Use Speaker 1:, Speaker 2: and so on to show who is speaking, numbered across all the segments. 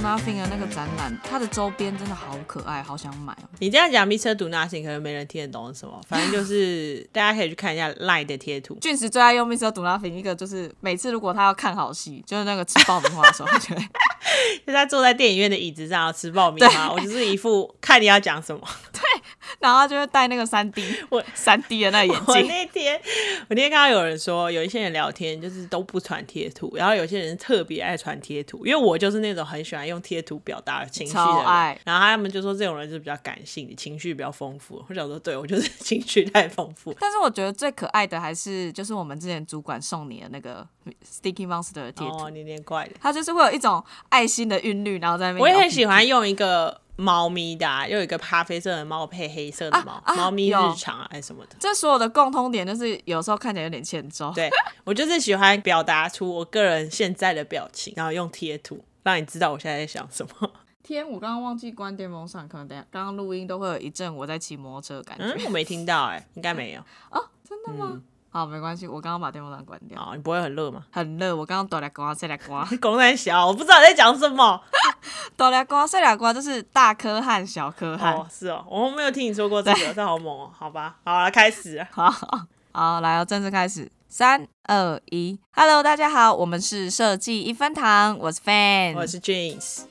Speaker 1: Nothing 的那个展览，它的周边真的好可爱，好想买哦。
Speaker 2: 你这样讲 Mr. Do Nothing 可能没人听得懂是什么，反正就是 大家可以去看一下 Line 的贴图。
Speaker 1: 俊石最爱用 Mr. Do Nothing，一个就是每次如果他要看好戏，就是那个吃爆米花的时候，他就会
Speaker 2: 就他坐在电影院的椅子上吃爆米花，我就是一副看你要讲什么。
Speaker 1: 然后他就会戴那个三 D，
Speaker 2: 我
Speaker 1: 三 D 的那个眼
Speaker 2: 我
Speaker 1: 镜，
Speaker 2: 那天，我那天看到有人说，有一些人聊天就是都不传贴图，然后有些人特别爱传贴图，因为我就是那种很喜欢用贴图表达情绪的
Speaker 1: 超
Speaker 2: 人
Speaker 1: 爱。
Speaker 2: 然后他们就说这种人就是比较感性，情绪比较丰富。我想说，对我就是情绪太丰富。
Speaker 1: 但是我觉得最可爱的还是就是我们之前主管送你的那个 Sticky Monster 的贴图，
Speaker 2: 哦，你有点怪的。
Speaker 1: 它就是会有一种爱心的韵律，然后在那边
Speaker 2: 我也
Speaker 1: 摇
Speaker 2: 很喜欢用一个猫咪的、啊，用一个咖啡色的猫配黑色的猫，
Speaker 1: 啊啊
Speaker 2: 猫咪日
Speaker 1: 有
Speaker 2: 常啊还是什么的。
Speaker 1: 这所有的共通点就是有时候看起来有点欠揍。
Speaker 2: 对 我就是喜欢表达出我个人现在的表情，然后用贴图让你知道我现在在想什么。
Speaker 1: 天，我刚刚忘记关电风扇，可能等一下刚刚录音都会有一阵我在骑摩托车的感觉。
Speaker 2: 嗯，我没听到哎、应该没有。
Speaker 1: 哦，真的
Speaker 2: 嗯
Speaker 1: 吗？好，没关系，我刚刚把电风扇关掉。
Speaker 2: 哦，你不会很热吗？
Speaker 1: 很热，我刚刚抖来刮，塞来刮，
Speaker 2: 公然小，我不知道你在讲什么。
Speaker 1: 抖来刮，塞来刮，就是大颗汗、小颗汗。
Speaker 2: 哦，是哦，我没有听你说过这 个，这好猛哦。好吧，好了，开始了。
Speaker 1: 好好好，来哦，正式开始，三二一，Hello，大家好，我们是设计一分堂，我是 Fan，
Speaker 2: 我是 Jeans。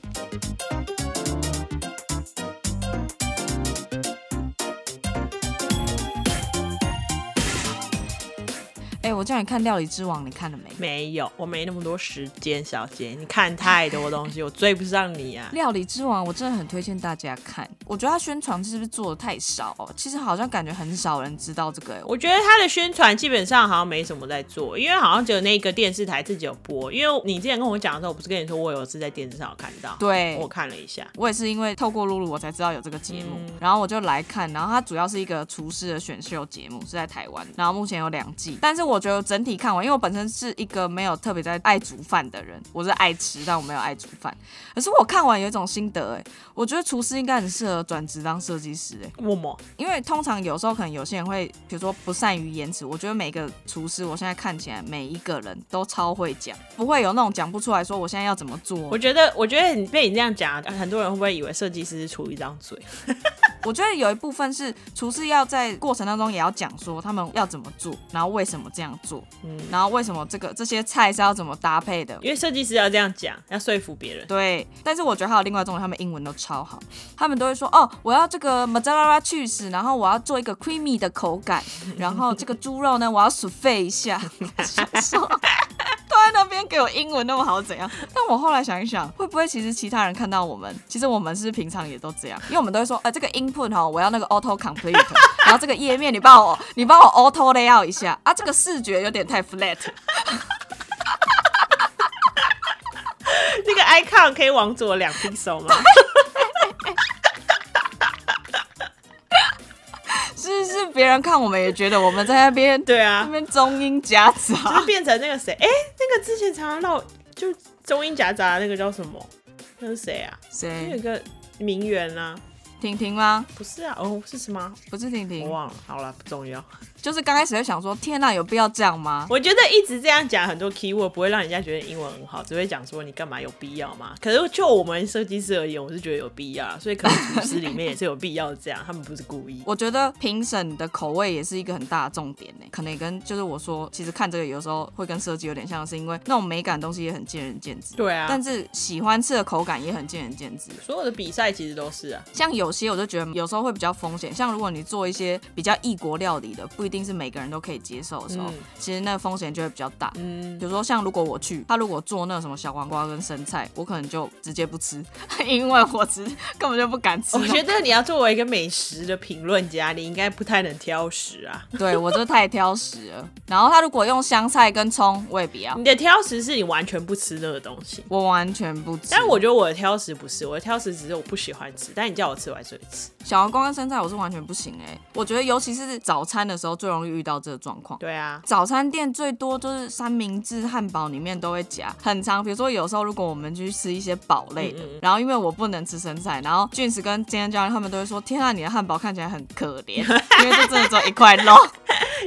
Speaker 1: 哎、我叫你看《料理之王》，你看了没？
Speaker 2: 没有，我没那么多时间，小姐，你看太多东西，我追不上你啊。
Speaker 1: 《料理之王》我真的很推荐大家看，我觉得他宣传是不是做的太少、哦？其实好像感觉很少人知道这个、哎我
Speaker 2: 我觉得他的宣传基本上好像没什么在做，因为好像只有那个电视台自己有播。因为你之前跟我讲的时候，我不是跟你说我有次在电视上有看到，
Speaker 1: 对
Speaker 2: 我看了一下，
Speaker 1: 我也是因为透过露露我才知道有这个节目，
Speaker 2: 嗯
Speaker 1: 然后我就来看，然后它主要是一个厨师的选秀节目，是在台湾，然后目前有两季，但是我觉得整体看完，因为我本身是一个没有特别在爱煮饭的人，我是爱吃，但我没有爱煮饭，可是我看完有一种心得、哎，我觉得厨师应该很适合转职当设计师、哎，
Speaker 2: 默默
Speaker 1: 因为通常有时候可能有些人会，比如说不善于言辞，我觉得每个厨师，我现在看起来每一个人都超会讲，不会有那种讲不出来说我现在要怎么做，啊
Speaker 2: 我觉得，我觉得你被你这样讲，很多人会不会以为设计师是出一张嘴？
Speaker 1: 我觉得有一部分是厨师要在过程当中也要讲说他们要怎么做，然后为什么这样做，然后为什么这个这些菜是要怎么搭配的。
Speaker 2: 因为设计师要这样讲，要说服别 人。
Speaker 1: 对，但是我觉得还有另外一种人，他们英文都超好，他们都会说哦，我要这个 mozzarella cheese，然后我要做一个 creamy 的口感，然后这个猪肉呢，我要 survey 一下。 我想说，都在那边给我英文那么好怎样？但我后来想一想，会不会其实其他人看到我们，其实我们是平常也都这样，因为我们都会说，呃，这个 input 哦，我要那个 auto complete，然 后这个页面你帮我，你帮我 auto layout 一下啊，这个视觉有点太 flat。
Speaker 2: 那个 icon 可以往左两 pixel 吗？
Speaker 1: 是是，别人看我们也觉得我们在那边
Speaker 2: 对
Speaker 1: 那
Speaker 2: 啊，
Speaker 1: 边中英夹
Speaker 2: 就
Speaker 1: 杂，
Speaker 2: 变成那个谁，哎、那个之前常常绕就中英夹杂那个叫什么？那是谁啊？ 就有一
Speaker 1: 谁？
Speaker 2: 个名媛啊，
Speaker 1: 婷婷吗？
Speaker 2: 不是啊？哦，是什么啊？
Speaker 1: 不是婷
Speaker 2: 我
Speaker 1: 婷，
Speaker 2: 忘了。好了，不重要。
Speaker 1: 就是刚开始会想说，天哪、有必要这样吗？
Speaker 2: 我觉得一直这样讲很多 keyword 不会让人家觉得英文很好，只会讲说你干嘛有必要吗？可是就我们设计师而言，我是觉得有必要，所以可能厨师里面也是有必要这样，他们不是故意。
Speaker 1: 我觉得评审的口味也是一个很大的重点呢、欸可能也跟就是我说，其实看这个有时候会跟设计有点像，是因为那种美感的东西也很见仁见智，
Speaker 2: 对啊，
Speaker 1: 但是喜欢吃的口感也很见仁见智。
Speaker 2: 所有的比赛其实都是啊，
Speaker 1: 像有些我就觉得有时候会比较风险，像如果你做一些比较异国料理的，不一定是每个人都可以接受的时候，
Speaker 2: 嗯
Speaker 1: 其实那个风险就会比较大。
Speaker 2: 嗯，
Speaker 1: 比如说像如果我去，他如果做那什么小黄瓜跟生菜，我可能就直接不吃， 因为我只根本就不敢吃。
Speaker 2: 我觉得你要作为一个美食的评论家，你应该不太能挑食啊。
Speaker 1: 对我就太挑食了。然后他如果用香菜跟葱，我也不要，
Speaker 2: 你的挑食是你完全不吃那个东西，
Speaker 1: 我完全不吃。
Speaker 2: 但是我觉得我的挑食不是，我的挑食只是我不喜欢吃，但你叫我吃我还是会吃。
Speaker 1: 小黄瓜跟生菜我是完全不行哎、我觉得尤其是早餐的时候最容易遇到这个状况。
Speaker 2: 对啊，
Speaker 1: 早餐店最多就是三明治、汉堡里面都会夹，很长。比如说有时候如果我们去吃一些堡类
Speaker 2: 嗯
Speaker 1: 的，然后因为我不能吃生菜，然后俊 s 跟今天教练他们都会说：“天啊，你的汉堡看起来很可怜，因为就真的只有一块肉。”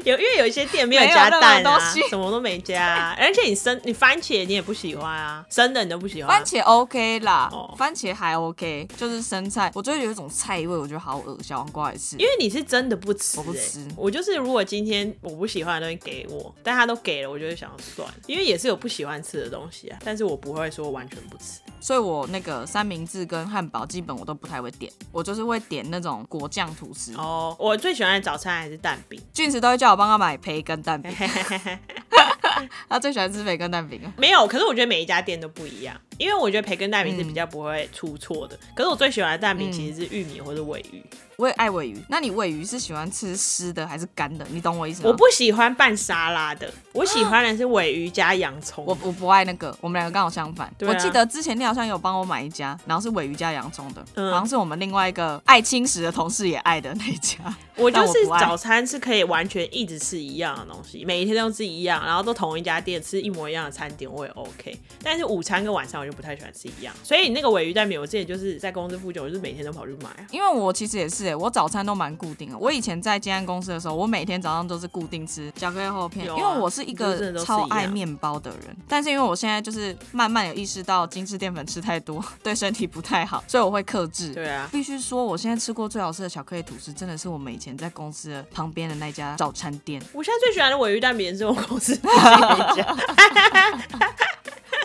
Speaker 2: 有因为有一些店没有
Speaker 1: 没有
Speaker 2: 加
Speaker 1: 任何
Speaker 2: 蛋
Speaker 1: 东
Speaker 2: 啊
Speaker 1: 西，
Speaker 2: 什么都没加啊、而且你生你番茄你也不喜欢啊，生的你都不喜欢
Speaker 1: 番。茄 OK 啦，
Speaker 2: 哦
Speaker 1: 番茄还 OK，就是生菜，我就会有一种菜味，我觉得好恶小黄瓜也是
Speaker 2: 因。为你是真的不吃、欸，
Speaker 1: 我不吃
Speaker 2: 我就是如果今天我不喜欢的东西给我，但他都给了，我就会想要算了，因为也是有不喜欢吃的东西啊，但是我不会说完全不吃。
Speaker 1: 所以我那个三明治跟汉堡基本我都不太会点，我就是会点那种果酱吐司。
Speaker 2: 哦、我最喜欢的早餐还是蛋饼，
Speaker 1: 俊子都会叫我帮他买培根蛋 饼，他最喜欢吃培根蛋饼了。
Speaker 2: 没有，可是我觉得每一家店都不一样，因为我觉得培根蛋饼是
Speaker 1: 嗯
Speaker 2: 比较不会出错的。可是我最喜欢的蛋饼其实是玉米或者尾鱼，
Speaker 1: 我也爱尾鱼，那你尾鱼是喜欢吃湿的还是干的？你懂我意思吗？
Speaker 2: 我不喜欢拌沙拉的，我喜
Speaker 1: 啊
Speaker 2: 欢的是尾鱼加洋葱。
Speaker 1: 我我不爱那个，我们两个刚好相反。
Speaker 2: 对啊
Speaker 1: 我记得之前你好像有帮我买一家，然后是尾鱼加洋葱的，
Speaker 2: 嗯
Speaker 1: 好像是我们另外一个爱青食的同事也爱的那一家。
Speaker 2: 我就
Speaker 1: 但
Speaker 2: 是
Speaker 1: 不爱
Speaker 2: 早餐是可以完全一直吃一样的东西，每一天都吃一样，然后都同一家店吃一模一样的餐点，我也 OK。但是午餐跟晚上我就不太喜欢吃一样，所以那个尾鱼蛋饼，我之前就是在公司附近，我就是每天都跑去买啊。
Speaker 1: 因为我其实也是、欸，我早餐都蛮固定的。我以前在接案公司的时候，我每天早上都是固定吃巧克力厚片，
Speaker 2: 有啊
Speaker 1: 因为我是一
Speaker 2: 你不是真
Speaker 1: 个
Speaker 2: 的都吃
Speaker 1: 超
Speaker 2: 一样
Speaker 1: 爱面包的人。但是因为我现在就是慢慢有意识到精致淀粉吃太多 对身体不太好，所以我会克制。
Speaker 2: 对啊，
Speaker 1: 必须说，我现在吃过最好吃的巧克力吐司，真的是我们以前在公司的旁边的那家早餐店。
Speaker 2: 我现在最喜欢的尾鱼蛋饼是我公司附近那一家。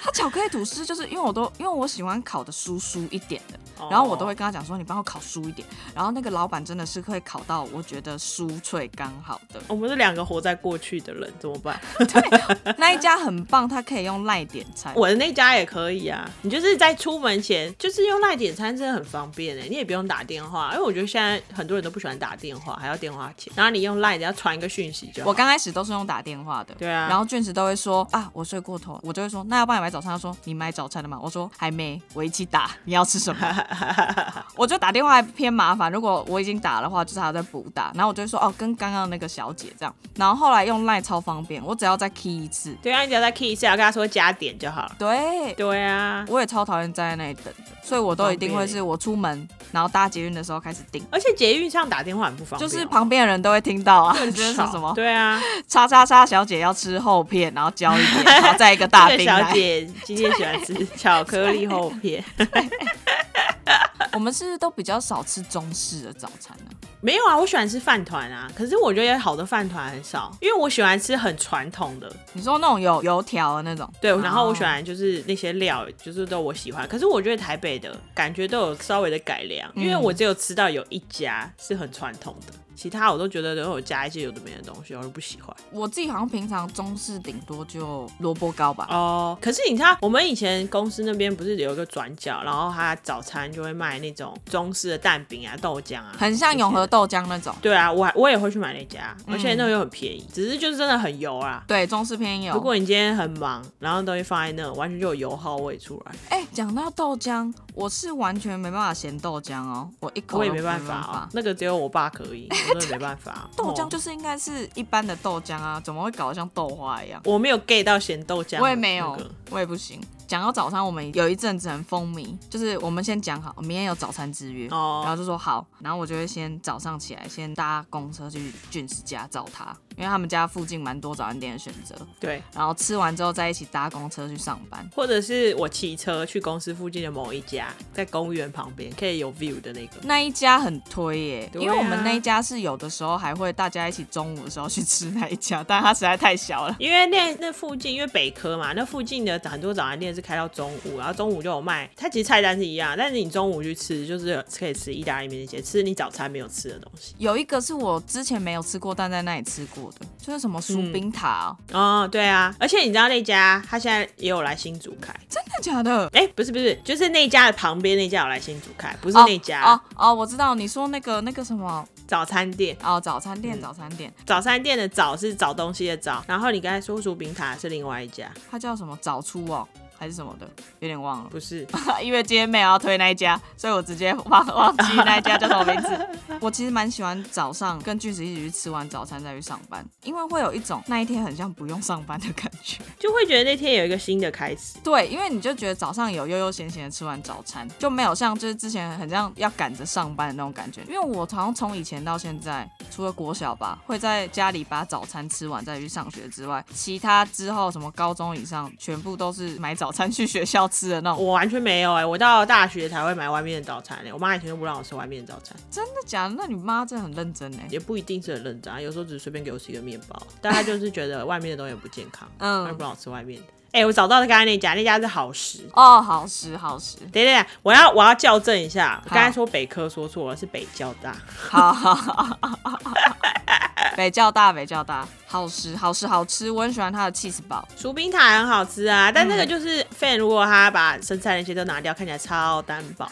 Speaker 1: 它巧克力吐司就是因为我都因为我喜欢烤的酥酥一点的，
Speaker 2: 哦
Speaker 1: 然后我都会跟他讲说，你帮我烤酥一点。然后那个老板真的是会烤到我觉得酥脆刚好的。
Speaker 2: 我们是两个活在过去的人，怎么办？
Speaker 1: 那一家很棒，它可以用赖点餐。
Speaker 2: 我的那家也可以啊，你就是在出门前，就是用赖点餐真的很方便哎、你也不用打电话，因为我觉得现在很多人都不喜欢打电话，还要电话钱，然后你用赖，只要传一个讯息就好。
Speaker 1: 我刚开始都是用打电话的，
Speaker 2: 对啊
Speaker 1: 然后卷子都会说啊，我睡过头，我就会说那要帮你买早餐，他说你买早餐了吗？我说还没，我一起打，你要吃什 么？我就打电话还偏麻烦，如果我已经打的话，就是还要再补打，然后我就会说哦，跟刚刚那个小姐这样，然后后来用赖超方便，我只要再 key 一次，
Speaker 2: 对啊，你只要再 key 一下，跟他说加点就好了。
Speaker 1: 对。
Speaker 2: 对啊，
Speaker 1: 我也超讨厌站在那里等的，所以我都一定会是我出门，然后搭捷运的时候开始订，
Speaker 2: 而且捷运上打电话很不方
Speaker 1: 就
Speaker 2: 便，
Speaker 1: 是旁边的人都会听到啊，你
Speaker 2: 很
Speaker 1: 觉得是
Speaker 2: 吵
Speaker 1: 什么？
Speaker 2: 对 啊，
Speaker 1: 叉叉叉小姐要吃厚片，然后浇一点，然后再一个大
Speaker 2: 这个
Speaker 1: 冰
Speaker 2: 小
Speaker 1: 来。
Speaker 2: 姐今天喜 欢吃巧克力厚片，
Speaker 1: 我们是不是都比较少吃中式的早餐呢、
Speaker 2: 没有啊，我喜欢吃饭团啊，可是我觉得好的饭团很少，因为我喜欢吃很传统的，
Speaker 1: 你说那种有油条的那种，
Speaker 2: 对，然后我
Speaker 1: 哦
Speaker 2: 喜欢就是那些料，就是都我喜欢。可是我觉得台北的感觉都有稍微的改良，因为
Speaker 1: 嗯
Speaker 2: 我只有吃到有一家是很传统的，其他我都觉得都有加一些有的没的东西，我都不喜欢。
Speaker 1: 我自己好像平常中式顶多就萝卜糕吧。
Speaker 2: 哦，可是你看，我们以前公司那边不是有一个转角，然后他早餐就会卖那种中式的蛋饼啊、豆浆啊，
Speaker 1: 很像永和豆浆那种，
Speaker 2: 对啊，我还我也会去买那家，
Speaker 1: 嗯
Speaker 2: 而且那个又很便宜，只是就是真的很油啊。
Speaker 1: 对，中式偏油。
Speaker 2: 如果你今天很忙，然后东西放在那，完全就有油耗味出来。
Speaker 1: 哎、讲到豆浆，我是完全没办法咸豆浆哦，我一口
Speaker 2: 我也
Speaker 1: 都
Speaker 2: 没办法、哦，那个只有我爸可
Speaker 1: 。
Speaker 2: 以，我真的没办法
Speaker 1: 豆浆
Speaker 2: 哦
Speaker 1: 就是应该是一般的豆浆啊，怎么会搞得像豆花一样？
Speaker 2: 我没有 get 到咸豆浆，啊
Speaker 1: 我也没有，
Speaker 2: 那个
Speaker 1: 我也不行。讲到早餐，我们有一阵子很风靡，就是我们先讲好，明天有早餐之约，
Speaker 2: 哦
Speaker 1: 然后就说好，然后我就会先早上起来，先搭公车去俊士家找他，因为他们家附近蛮多早餐店的选择，
Speaker 2: 对，
Speaker 1: 然后吃完之后再一起搭公车去上班。
Speaker 2: 或者是我骑车去公司附近的某一家，在公园旁边可以有 view 的那个。
Speaker 1: 那一家很推耶、
Speaker 2: 对啊
Speaker 1: 因为我们那一家是有的时候还会大家一起中午的时候去吃那一家，但它实在太小了。
Speaker 2: 因为那那附近，因为北科嘛，那附近的很多早餐店是开到中午，然后中午就有卖。它其实菜单是一样，但是你中午去吃，就是可以吃意大利面那些，吃你早餐没有吃的东西。
Speaker 1: 有一个是我之前没有吃过，但在那里吃过的，就是什么
Speaker 2: 嗯
Speaker 1: 酥冰塔、哦
Speaker 2: 哦，对啊，而且你知道那家，他现在也有来新竹开。
Speaker 1: 真的假的？
Speaker 2: 哎、不是不是，就是那家的旁边那家有来新竹开，不是
Speaker 1: 哦
Speaker 2: 那家、
Speaker 1: 哦哦我知道你说那个那个什么
Speaker 2: 早餐店，
Speaker 1: 哦，早餐
Speaker 2: 嗯
Speaker 1: 店、早餐店，
Speaker 2: 早餐店的早是找东西的早，然后你刚才说薯饼塔是另外一家，
Speaker 1: 它叫什么早出哦。还是什么的，有点忘了，
Speaker 2: 不是？
Speaker 1: 因为今天没有要推那一家，所以我直接忘忘记那一家叫什么名字。我其实蛮喜欢早上跟巨石一起去吃完早餐再去上班，因为会有一种那一天很像不用上班的感觉。
Speaker 2: 就会觉得那天有一个新的开始。
Speaker 1: 对，因为你就觉得早上有悠悠闲闲的吃完早餐，就没有像就是之前很像要赶着上班的那种感觉。因为我好像从以前到现在，除了国小吧，会在家里把早餐吃完再去上学之外，其他之后什么高中以上，全部都是买早餐去学校吃的那种。
Speaker 2: 我完全没有哎、我到大学才会买外面的早餐嘞、欸我妈以前都不让我吃外面的早餐，
Speaker 1: 真的假的？那你妈真的很认真哎、
Speaker 2: 也不一定是很认真啊，有时候只是随便给我吃一个面包，但她就是觉得外面的东西很不健康，她就
Speaker 1: 嗯
Speaker 2: 不，让我吃外面的。哎、我找到了刚才那家，那家是好食。
Speaker 1: 哦，好吃好吃，
Speaker 2: 等一下等一下，我要我要校正一下，我刚才说北科说错了，是北交大。
Speaker 1: 好好好好好好 好。北教大，北教大，好吃，好吃，好吃，我很喜欢它的 cheese 堡。
Speaker 2: 薯饼塔很好吃啊，但那个
Speaker 1: 嗯
Speaker 2: 就是 fan，如果他把生菜那些都拿掉，看起来超单薄。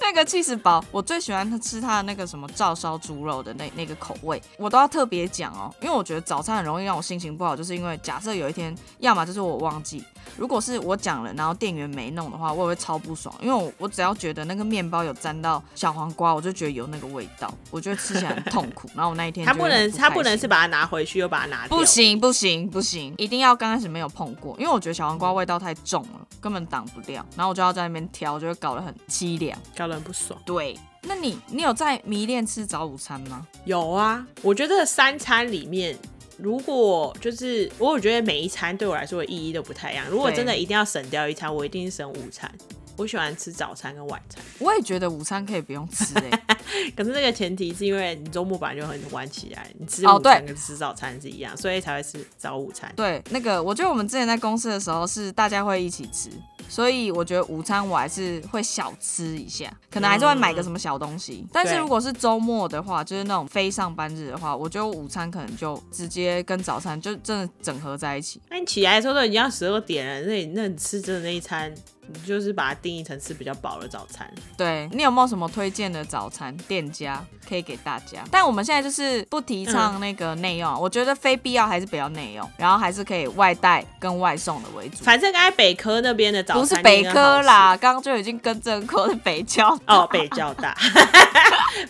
Speaker 1: 那个 cheese 堡，我最喜欢吃它的那个什么照烧猪肉的那那个口味，我都要特别讲哦，因为我觉得早餐很容易让我心情不好，就是因为假设有一天，要么就是我忘记，如果是我讲了，然后店员没弄的话，我也会超不爽，因为我我只要觉得那个面包有沾到小黄瓜，我就觉得有那个味道，我觉得吃起来很痛苦，然后我那一天
Speaker 2: 他
Speaker 1: 就
Speaker 2: 不
Speaker 1: 会很
Speaker 2: 能，他不
Speaker 1: 开
Speaker 2: 能
Speaker 1: 心
Speaker 2: 是把它拿回去又把它拿掉。
Speaker 1: 不行不行不行，一定要刚开始没有碰过，因为我觉得小黄瓜味道太重了，根本挡不掉。然后我就要在那边挑，就会搞得很凄凉。
Speaker 2: 搞得很不爽。
Speaker 1: 对，那你你有在迷恋吃早午餐吗？
Speaker 2: 有啊，我觉得三餐里面，如果就是我，有觉得每一餐对我来说的意义都不太一样。如果
Speaker 1: 对
Speaker 2: 真的一定要省掉一餐，我一定是省午餐。我喜欢吃早餐跟晚餐，
Speaker 1: 我也觉得午餐可以不用吃欸诶、
Speaker 2: 可是这个前提是因为你周末本来就很晚起来，你吃
Speaker 1: 哦
Speaker 2: 午餐跟吃早餐是一样，所以才会吃早午餐。
Speaker 1: 对，那个我觉得我们之前在公司的时候是大家会一起吃，所以我觉得午餐我还是会小吃一下，可能还是会买个什么小东西。但是
Speaker 2: 对
Speaker 1: 如果是周末的话，就是那种非上班日的话，我觉得我午餐可能就直接跟早餐就真的整合在一起。
Speaker 2: 那你起来的时候都已经要十二点了，那你那你吃真的那一餐，你就是把它定义成吃比较饱的早餐。
Speaker 1: 对你有没有什么推荐的早餐店家可以给大家？但我们现在就是不提倡那个内
Speaker 2: 嗯
Speaker 1: 用啊，我觉得非必要还是不要内用，然后还是可以外带跟外送的为主。
Speaker 2: 反正刚才北科那边的早餐
Speaker 1: 不是北
Speaker 2: 应该好
Speaker 1: 科
Speaker 2: 吃
Speaker 1: 啦，刚刚就已经跟正科的北交
Speaker 2: 哦，北交大，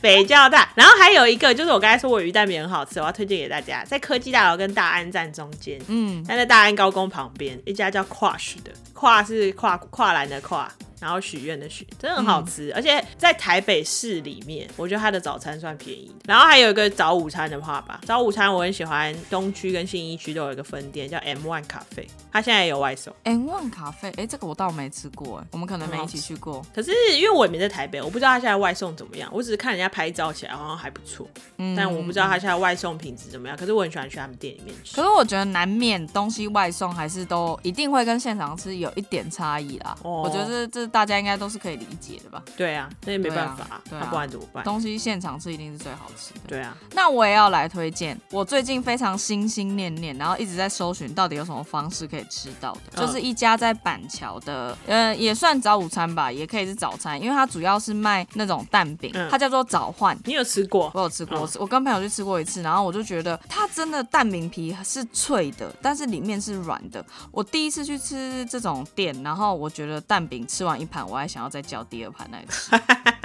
Speaker 2: 北交大。然后还有一个就是我刚才说我鱼蛋饼很好吃，我要推荐给大家，在科技大楼跟大安站中间，
Speaker 1: 嗯，
Speaker 2: 但在大安高工旁边一家叫跨许的，跨是跨跨栏的跨。然后许愿的许真的很好吃，而且在台北市里面，我觉得它的早餐算便宜。然后还有一个早午餐的话吧，早午餐我很喜欢东区跟信义区都有一个分店叫 M One 咖啡，它现在也有外送。
Speaker 1: N One 咖啡，哎、这个我倒没吃过、哎，我们可能没一起去过。
Speaker 2: 可是因为我也没在台北，我不知道他现在外送怎么样。我只是看人家拍照起来好像还不错，
Speaker 1: 嗯，
Speaker 2: 但我不知道他现在外送品质怎么样。可是我很喜欢去他们店里面吃
Speaker 1: 可。是我觉得难免东西外送还是都一定会跟现场吃有一点差异啦。
Speaker 2: 哦
Speaker 1: 我觉得这这大家应该都是可以理解的吧。
Speaker 2: 对啊，那也没办法、啊，
Speaker 1: 对
Speaker 2: 那、
Speaker 1: 啊
Speaker 2: 不然怎么办？
Speaker 1: 东西现场吃一定是最好吃的。
Speaker 2: 对啊，
Speaker 1: 那我也要来推荐，我最近非常心心念念，然后一直在搜寻到底有什么方式可以吃到的，
Speaker 2: 嗯
Speaker 1: 就是一家在板桥的，呃，也算早午餐吧，也可以是早餐，因为它主要是卖那种蛋饼，
Speaker 2: 嗯
Speaker 1: 它叫做早换。
Speaker 2: 你有吃过？
Speaker 1: 我有吃过，
Speaker 2: 嗯
Speaker 1: 我吃我跟朋友去吃过一次，然后我就觉得它真的蛋饼皮是脆的，但是里面是软的。我第一次去吃这种店，然后我觉得蛋饼吃完一盘，我还想要再叫第二盘来吃，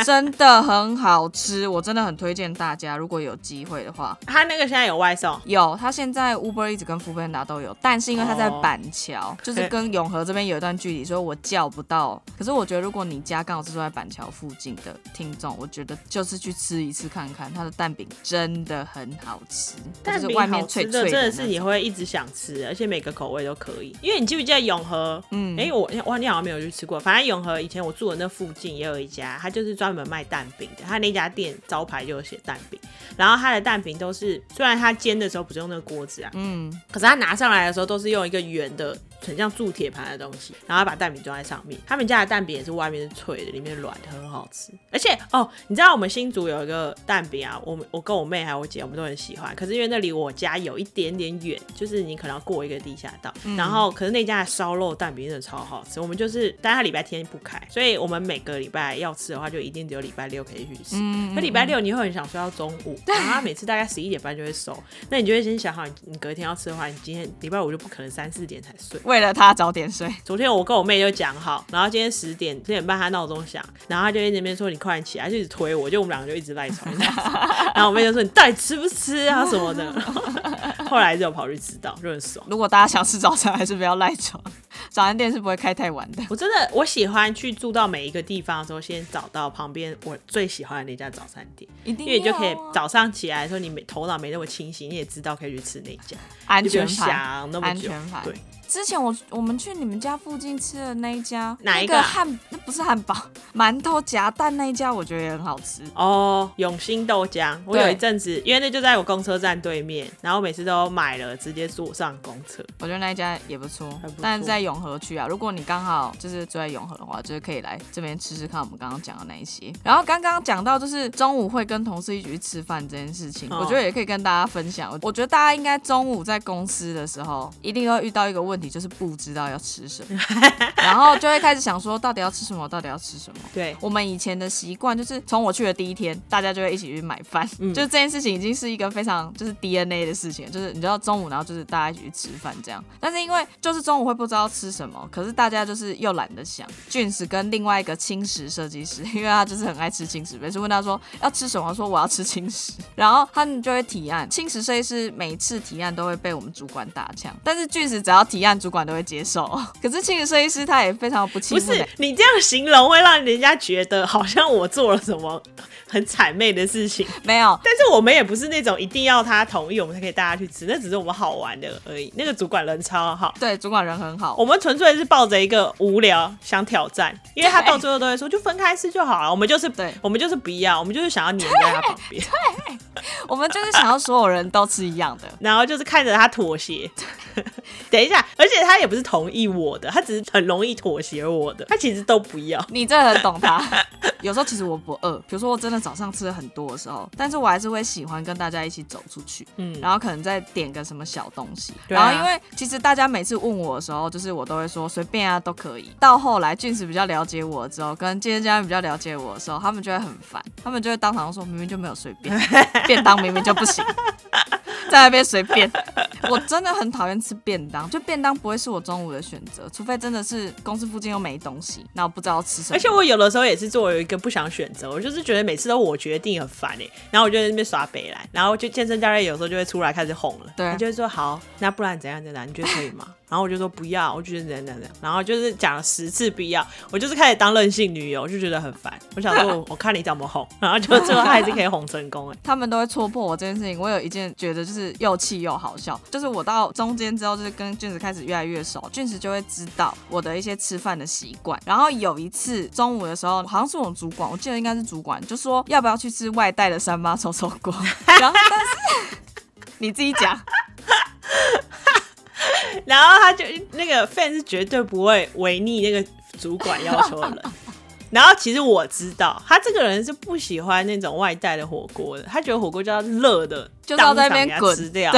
Speaker 1: 真的很好吃，我真的很推荐大家，如果有机会的话。
Speaker 2: 他那个现在有外送，
Speaker 1: 有，它现在 Uber 一直跟 f o o p a n d a 都有，但是因为它在
Speaker 2: 哦
Speaker 1: 板桥就是跟永和这边有一段距离，所以我叫不到。可是我觉得，如果你家刚好是住在板桥附近的听众，我觉得就是去吃一次看看，它的蛋饼真的很好吃，
Speaker 2: 但
Speaker 1: 就是
Speaker 2: 饼
Speaker 1: 外
Speaker 2: 好
Speaker 1: 面
Speaker 2: 吃
Speaker 1: 脆
Speaker 2: 的
Speaker 1: 脆
Speaker 2: 真
Speaker 1: 的
Speaker 2: 的是你会一直想吃，而且每个口味都可以。因为你记不记得永和？嗯，
Speaker 1: 嗯
Speaker 2: 哎、我哇，你好像没有去吃过。反正永和以前我住的那附近也有一家，它就是专门卖蛋饼的。它那家店招牌就有写蛋饼，然后它的蛋饼都是虽然它煎的时候不是用那个锅子啊，
Speaker 1: 嗯，
Speaker 2: 可是它拿上来的时候都是用一个圆的，很像铸铁盘的东西，然后把蛋饼装在上面。他们家的蛋饼也是外面是脆的，里面软的，很好吃。而且哦，你知道我们新竹有一个蛋饼啊，我们我跟我妹还有我姐，我们都很喜欢。可是因为那离我家有一点点远，就是你可能要过一个地下道。然后可是那家的烧肉蛋饼真的超好吃，我们就是，但它礼拜天不开，所以我们每个礼拜要吃的话，就一定只有礼拜六可以去吃。
Speaker 1: 嗯
Speaker 2: 可礼拜六你会很想睡到中午，然后它每次大概十一点半就会收，那你就会先想好，你你隔天要吃的话，你今天礼拜五就不可能三四点才睡，
Speaker 1: 我为了他早点睡。
Speaker 2: 昨天我跟我妹就讲好，然后今天十点十点半她闹钟响，然后她就一直在那边说你快点起来，她就一直推我，就我们两个就一直赖床这样子。 然后我妹就说你到底吃不吃啊什么的。后来就跑去吃到，就很爽。
Speaker 1: 如果大家想吃早餐，还是不要赖床，早餐店是不会开太晚的。
Speaker 2: 我真的我喜欢去住到每一个地方的时候，先找到旁边我最喜欢的那家早餐店，
Speaker 1: 一定
Speaker 2: 因为你就
Speaker 1: 要
Speaker 2: 可以
Speaker 1: 啊
Speaker 2: 早上起来的时候，你没头脑没那么清醒，你也知道可以去吃那家，
Speaker 1: 安
Speaker 2: 就不
Speaker 1: 全
Speaker 2: 用
Speaker 1: 牌。
Speaker 2: 想那么
Speaker 1: 安
Speaker 2: 久。
Speaker 1: 全牌
Speaker 2: 对，
Speaker 1: 之前我我们去你们家附近吃的那一家，
Speaker 2: 哪一
Speaker 1: 那
Speaker 2: 个啊
Speaker 1: 个汉那不是汉堡， 馒头夹蛋那一家，我觉得也很好吃。
Speaker 2: 哦，永兴豆浆，我有
Speaker 1: 对
Speaker 2: 一阵子，因为那就在我公车站对面，然后每次都买了，直接坐上公车。
Speaker 1: 我觉得那一家也不错，
Speaker 2: 不错
Speaker 1: 但是在永和区啊，如果你刚好就是住在永和的话，就是可以来这边吃吃看我们刚刚讲的那一些。然后刚刚讲到就是中午会跟同事一起去吃饭这件事情，
Speaker 2: 哦
Speaker 1: 我觉得也可以跟大家分享。我我觉得大家应该中午在公司的时候，一定会遇到一个问题，就是不知道要吃什 么，然后就会开始想说到底要吃什么，到底要吃什么。
Speaker 2: 对，
Speaker 1: 我们以前的习惯就是从我去的第一天，大家就会一起去买饭，就这件事情已经是一个非常就是 DNA 的事情，就是你知道中午然后就是大家一起去吃饭这样。但是因为就是中午会不知道吃什么，可是大家就是又懒得想。俊史跟另外一个轻食设计师，因为他就是很爱吃轻食，每次问他说要吃什么，他说我要吃轻食，然后他们就会提案。轻食设计师每次提案都会被我们主管打枪，但是俊史只要提案，主管都会接受。可是轻食设计师他也非常不欺
Speaker 2: 不
Speaker 1: 负
Speaker 2: 是
Speaker 1: 人。
Speaker 2: 你这样形容会让人家觉得好像我做了什么很谄媚的事情，
Speaker 1: 没有，
Speaker 2: 但是我们也不是那种一定要他同意我们才可以大家去吃，那只是我们好玩的而已。那个主管人超好。
Speaker 1: 对，主管人很好，
Speaker 2: 我们纯粹是抱着一个无聊想挑战，因为他到最后都会说就分开吃就好了。我们就是
Speaker 1: 对
Speaker 2: 我们就是不要，我们就是想要黏在他旁边，
Speaker 1: 我们就是想要所有人都吃一样的。
Speaker 2: 然后就是看着他妥协。 等一下，而且他也不是同意我的，他只是很容易妥协我的，他其实都不要。
Speaker 1: 你真的很懂他。 有时候其实我不饿，比如说我真的早上吃了很多的时候，但是我还是会喜欢跟大家一起走出去，
Speaker 2: 嗯
Speaker 1: 嗯，然后可能再点个什么小东西。
Speaker 2: 对啊
Speaker 1: 然后因为其实大家每次问我的时候，就是我都会说随便啊都可以。到后来俊石比较了解我之后，跟健身教练比较了解我的时候，他们就会很烦，他们就会当场说明明就没有随 便，便当明明就不行。 在那边随便，我真的很讨厌吃便当，就便当不会是我中午的选择，除非真的是公司附近又没东西，那我不知道吃什么。
Speaker 2: 而且我有的时候也是作为一个不想选择，我就是觉得每次都我决定很烦哎、然后我就在那边耍北来，然后就健身教练有时候就会出来开始哄了，
Speaker 1: 对
Speaker 2: 他就会说好，那不然怎样怎样，你觉得可以吗？ 然后我就说不要，我就觉得怎样怎样怎样，然后就是讲了十次不要，我就是开始当任性女友，我就觉得很烦，我想说我我看你怎么哄，然后就最后他还是可以哄成功哎、
Speaker 1: 他们都会戳破我这件事情。我有一件觉得就是又气又好笑，就是我到中间之后，就是跟俊子开始越来越熟，俊子就会知道我的一些吃饭的习惯。然后有一次中午的时候，好像是我们主管，我记得应该是主管，就说要不要去吃外带的三妈臭臭 锅，然后但是你自己讲。
Speaker 2: 然后他就那个 fan 是绝对不会违逆那个主管要求 的人。然后其实我知道，他这个人是不喜欢那种外带的火锅的，他觉得火锅就要热的，
Speaker 1: 就是要在那边
Speaker 2: 当场给他
Speaker 1: 滚
Speaker 2: 吃掉。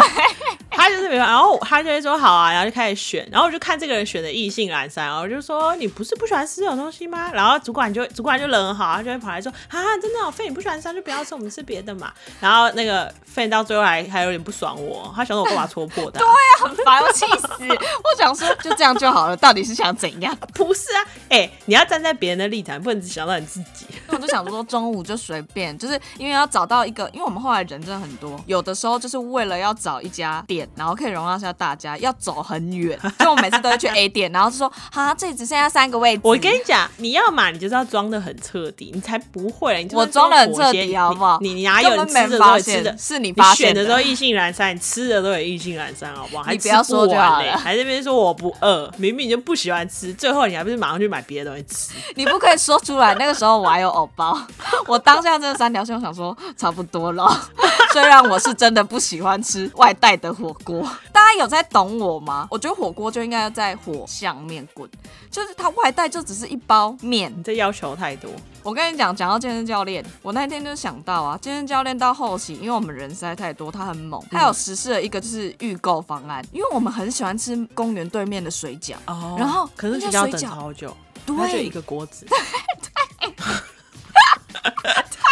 Speaker 2: 他就是没办法，然后他就会说好啊，然后就开始选，然后我就看这个人选的意兴阑珊，然后我就说哦你不是不喜欢吃这种东西吗？然后主管就主管就人很好，他就会跑来说啊，真的、哦，费你不喜欢吃就不要吃，我们吃别的嘛。然后那个费到最后还还有点不爽我，他想说我干嘛戳破他？
Speaker 1: 很烦，我气死！我想说就这样就好了，到底是想怎样？
Speaker 2: 不是啊，哎、你要站在别人的立场，不能只想到你自己。
Speaker 1: 我就想说中午就随便，就是因为要找到一个，因为我们后来人真的很多，有的时候就是为了要找一家店，然后可以容纳下大家，要走很远，就我每次都会去 A 店，然后就说啊，这里只剩下三个位置，
Speaker 2: 我跟你讲，你要嘛，你就是要装的很彻底，你才不会。你就
Speaker 1: 我
Speaker 2: 算
Speaker 1: 装的很彻
Speaker 2: 火箭
Speaker 1: 底，好不好？
Speaker 2: 你你哪
Speaker 1: 根
Speaker 2: 有
Speaker 1: 本
Speaker 2: 你吃的
Speaker 1: 没
Speaker 2: 时候
Speaker 1: 发
Speaker 2: 也吃的
Speaker 1: 现，？是你
Speaker 2: 你
Speaker 1: 发
Speaker 2: 选
Speaker 1: 现
Speaker 2: 的时候意兴阑珊，你吃的都有意兴阑珊，好不好？还
Speaker 1: 你不
Speaker 2: 吃
Speaker 1: 要
Speaker 2: 不
Speaker 1: 说就
Speaker 2: 完
Speaker 1: 好
Speaker 2: 嘞、
Speaker 1: 了
Speaker 2: 还在那边说我不饿，明明你就不喜欢吃，最后你还不是马上去买别的东西吃？
Speaker 1: 你不可以说出来。那个时候我还有藕包， 我当下这三条线，我想说差不多了。 虽然我是真的不喜欢吃外带的火锅，大家有在懂我吗？我觉得火锅就应该要在火上面滚，就是它外带就只是一包面。
Speaker 2: 你这要求太多。
Speaker 1: 我跟你讲，讲到健身教练，我那天就想到啊，健身教练到后期，因为我们人实在太多，他很猛，他有实施了一个就是预购方案，因为我们很喜欢吃公园对面的水饺，
Speaker 2: 哦
Speaker 1: 然后
Speaker 2: 可是
Speaker 1: 那
Speaker 2: 学
Speaker 1: 叫
Speaker 2: 校
Speaker 1: 水
Speaker 2: 等
Speaker 1: 饺
Speaker 2: 超久，
Speaker 1: 对
Speaker 2: 它就一个锅子。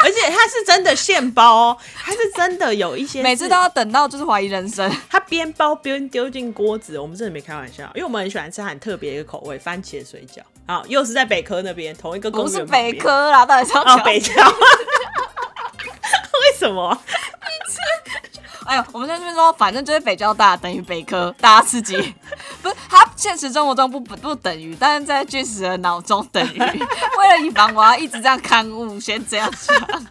Speaker 2: 而且他它是真的现包哦，它是真的有一些是，
Speaker 1: 每次都要等到就是怀疑人生。
Speaker 2: 它边包边丢进锅子，我们真的没开玩笑，因为我们很喜欢吃很特别的一个口味，番茄水饺。好，又是在北科那边，同一个公
Speaker 1: 不是
Speaker 2: 园旁边
Speaker 1: 北科啦，到底是要
Speaker 2: 哦
Speaker 1: 讲，
Speaker 2: 北郊， 为什么？
Speaker 1: 哎呦，我们在这边说，反正就是北交大等于北科，大家刺 激。不是，他现实生活中不不不等于，但是在巨石的脑中等 于。为了以防我要一直这样刊物，先这样想。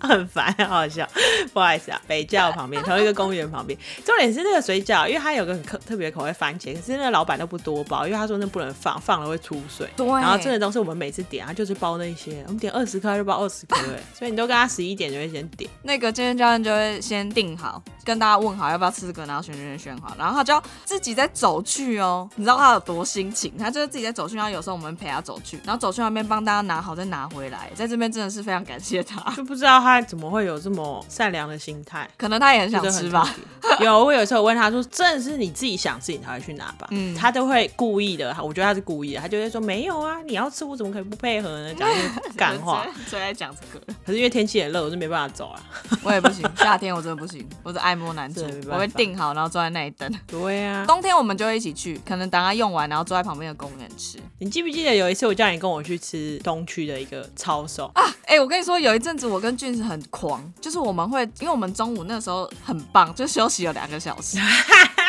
Speaker 2: 很烦，好好笑。不好意思啊，北教旁边同一个公园旁边。重点是那个水饺，因为它有个很特特别的口味番茄，可是那个老板都不多包，因为他说那不能放，放了会出水。
Speaker 1: 对
Speaker 2: 然后这个东西我们每次点，他就是包那一些，我们点二十颗他就包二十颗， 哎，所以你都跟他十一点就会先点。
Speaker 1: 那个健身教练就会先定好，跟大家问好要不要吃这个，然后选选选选好，然后他就要自己再走去哦。你知道他有多辛勤？他就是自己在走去，然后有时候我们陪他走去，然后走去那边帮大家拿好再拿回来。在这边真的是非常感谢他，
Speaker 2: 就不知道他怎么会有这么善良的心态。
Speaker 1: 可能他也很想
Speaker 2: 就很
Speaker 1: 吃吧。
Speaker 2: 特别。有，我有时候问他说：“真的是你自己想吃，你才会去拿吧？”
Speaker 1: 嗯
Speaker 2: 他都会故意的，我觉得他是故意的，他就会说：“没有啊，你要吃，我怎么可以不配合呢？”讲一 些干话。
Speaker 1: 最最爱讲这个，
Speaker 2: 可是因为天气很热，我就没办法走啊。
Speaker 1: 我也不行，夏天我真的不行，我是爱莫难助
Speaker 2: 真的没办，法
Speaker 1: 我会定好，然后坐在那里等。
Speaker 2: 对啊，
Speaker 1: 冬天我们就会一起去，可能等他用完，然后坐在旁边的公园吃。
Speaker 2: 你记不记得有一次我叫你跟我去吃东区的一个哦抄手？
Speaker 1: 哎、我跟你说，有一阵子我跟俊是很狂，就是我们会，因为我们中午那时候很棒，就休息有两个小 时，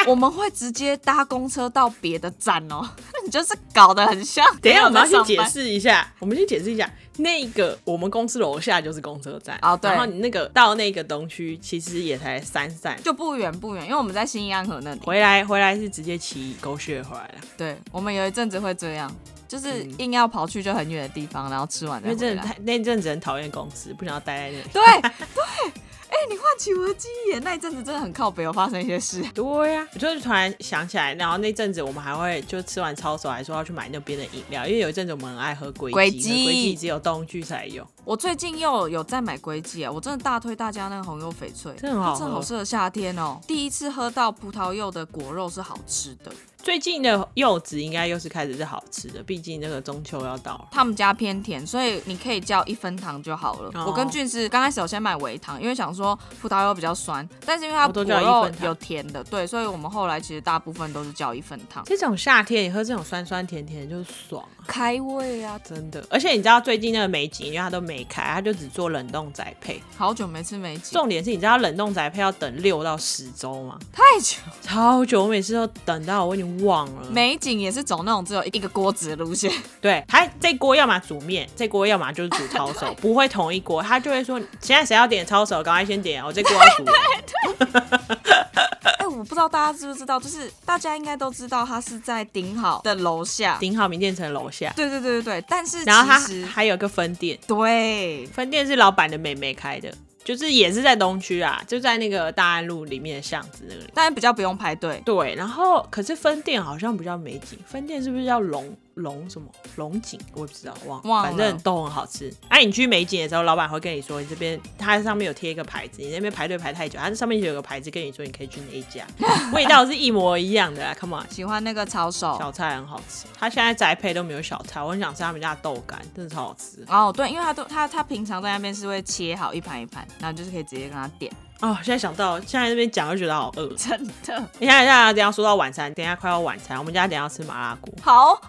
Speaker 1: 我们会直接搭公车到别的站哦。 你就是搞得很像。
Speaker 2: 等一下我们要去
Speaker 1: 去
Speaker 2: 解。释一下，我们去解释一下那个我们公司楼下就是公车站
Speaker 1: 哦对
Speaker 2: 然后你那个到那个东区其实也才三站。
Speaker 1: 就不远不远，因为我们在新义安河那里。
Speaker 2: 回来回来是直接骑狗血回来了，
Speaker 1: 对，我们有一阵子会这样，
Speaker 2: 嗯
Speaker 1: 就是硬要跑去就很远的地方，然后吃完
Speaker 2: 因
Speaker 1: 再
Speaker 2: 为真
Speaker 1: 回
Speaker 2: 的
Speaker 1: 来。
Speaker 2: 太那阵子很讨厌公司，不想要待在那里。
Speaker 1: 对对，哎、你唤起我的记忆耶，那一阵子真的很靠北，有哦发生一些事。
Speaker 2: 对呀、我就是突然想起来，然后那阵子我们还会就吃完抄手，还说要去买那边的饮料，因为有一阵子我们很爱喝龟
Speaker 1: 龟
Speaker 2: 鸡，
Speaker 1: 记
Speaker 2: 龟鸡只有东区才有。
Speaker 1: 我最近又有在买龟记啊，我真的大推大家那个红柚翡翠，
Speaker 2: 真的很好喝
Speaker 1: 它好适合夏天哦。第一次喝到葡萄柚的果肉是好吃的，
Speaker 2: 最近的柚子应该又是开始是好吃的，毕竟那个中秋要到了。
Speaker 1: 他们家偏甜，所以你可以叫一分糖就好了。
Speaker 2: 哦
Speaker 1: 我跟俊是刚开始有先买微糖，因为想说葡萄柚比较酸，但是因为它果
Speaker 2: 我都叫一
Speaker 1: 肉
Speaker 2: 分糖
Speaker 1: 有甜的，对，所以我们后来其实大部分都是叫一分糖，
Speaker 2: 这种夏天你喝这种酸酸甜甜的就是爽啊，
Speaker 1: 开胃啊！
Speaker 2: 真的。而且你知道最近那个美景，因为它都没开，它就只做冷冻宅配。
Speaker 1: 好久没吃梅子，
Speaker 2: 重点是你知道冷冻宅配要等六到十周吗？
Speaker 1: 太久。
Speaker 2: 超久，我每次都等到我已经忘了。
Speaker 1: 美景也是走那种只有一个锅子的路 线，
Speaker 2: 对，他这锅要么煮面，这锅要么就是煮抄 手，不会同一锅。他就会说，现在谁要点抄手，赶快先点，我这锅要煮完。
Speaker 1: 哎、我不知道大家知不知道，就是大家应该都知道，它是在顶好的楼下。
Speaker 2: 顶好名店城楼下，
Speaker 1: 对对对对对，但是
Speaker 2: 然后他
Speaker 1: 其实
Speaker 2: 还有一个分店，
Speaker 1: 对
Speaker 2: 分店是老板的妹妹开的，就是也是在东区啊，就在那个大安路里面的巷子那里。
Speaker 1: 当然比较不用排队。
Speaker 2: 对，然后可是分店好像不叫美景，分店是不是叫龙龙什么龙井？我也不知道，忘
Speaker 1: 忘了
Speaker 2: 反正都很好吃。哎、你去美景的时候，老板会跟你说，你这边它上面有贴一个牌子，你那边排队排太久，它上面就有个牌子跟你说你可以去哪一 家，味道是一模一样的啊。Come on，
Speaker 1: 喜欢那个抄手
Speaker 2: 小菜很好吃，它现在宅配都没有小菜，我很想吃他们家的豆干，真的超好吃
Speaker 1: 哦，对，因为他都他他平常在那边是会切好一盘一盘，然后就是可以直接跟他点，
Speaker 2: 哦。现在想到现在这边讲，就觉得好饿。
Speaker 1: 真的
Speaker 2: 你看，大家等一下说到晚餐，等一下快要晚餐，我们家等一下要吃麻辣锅。
Speaker 1: 好。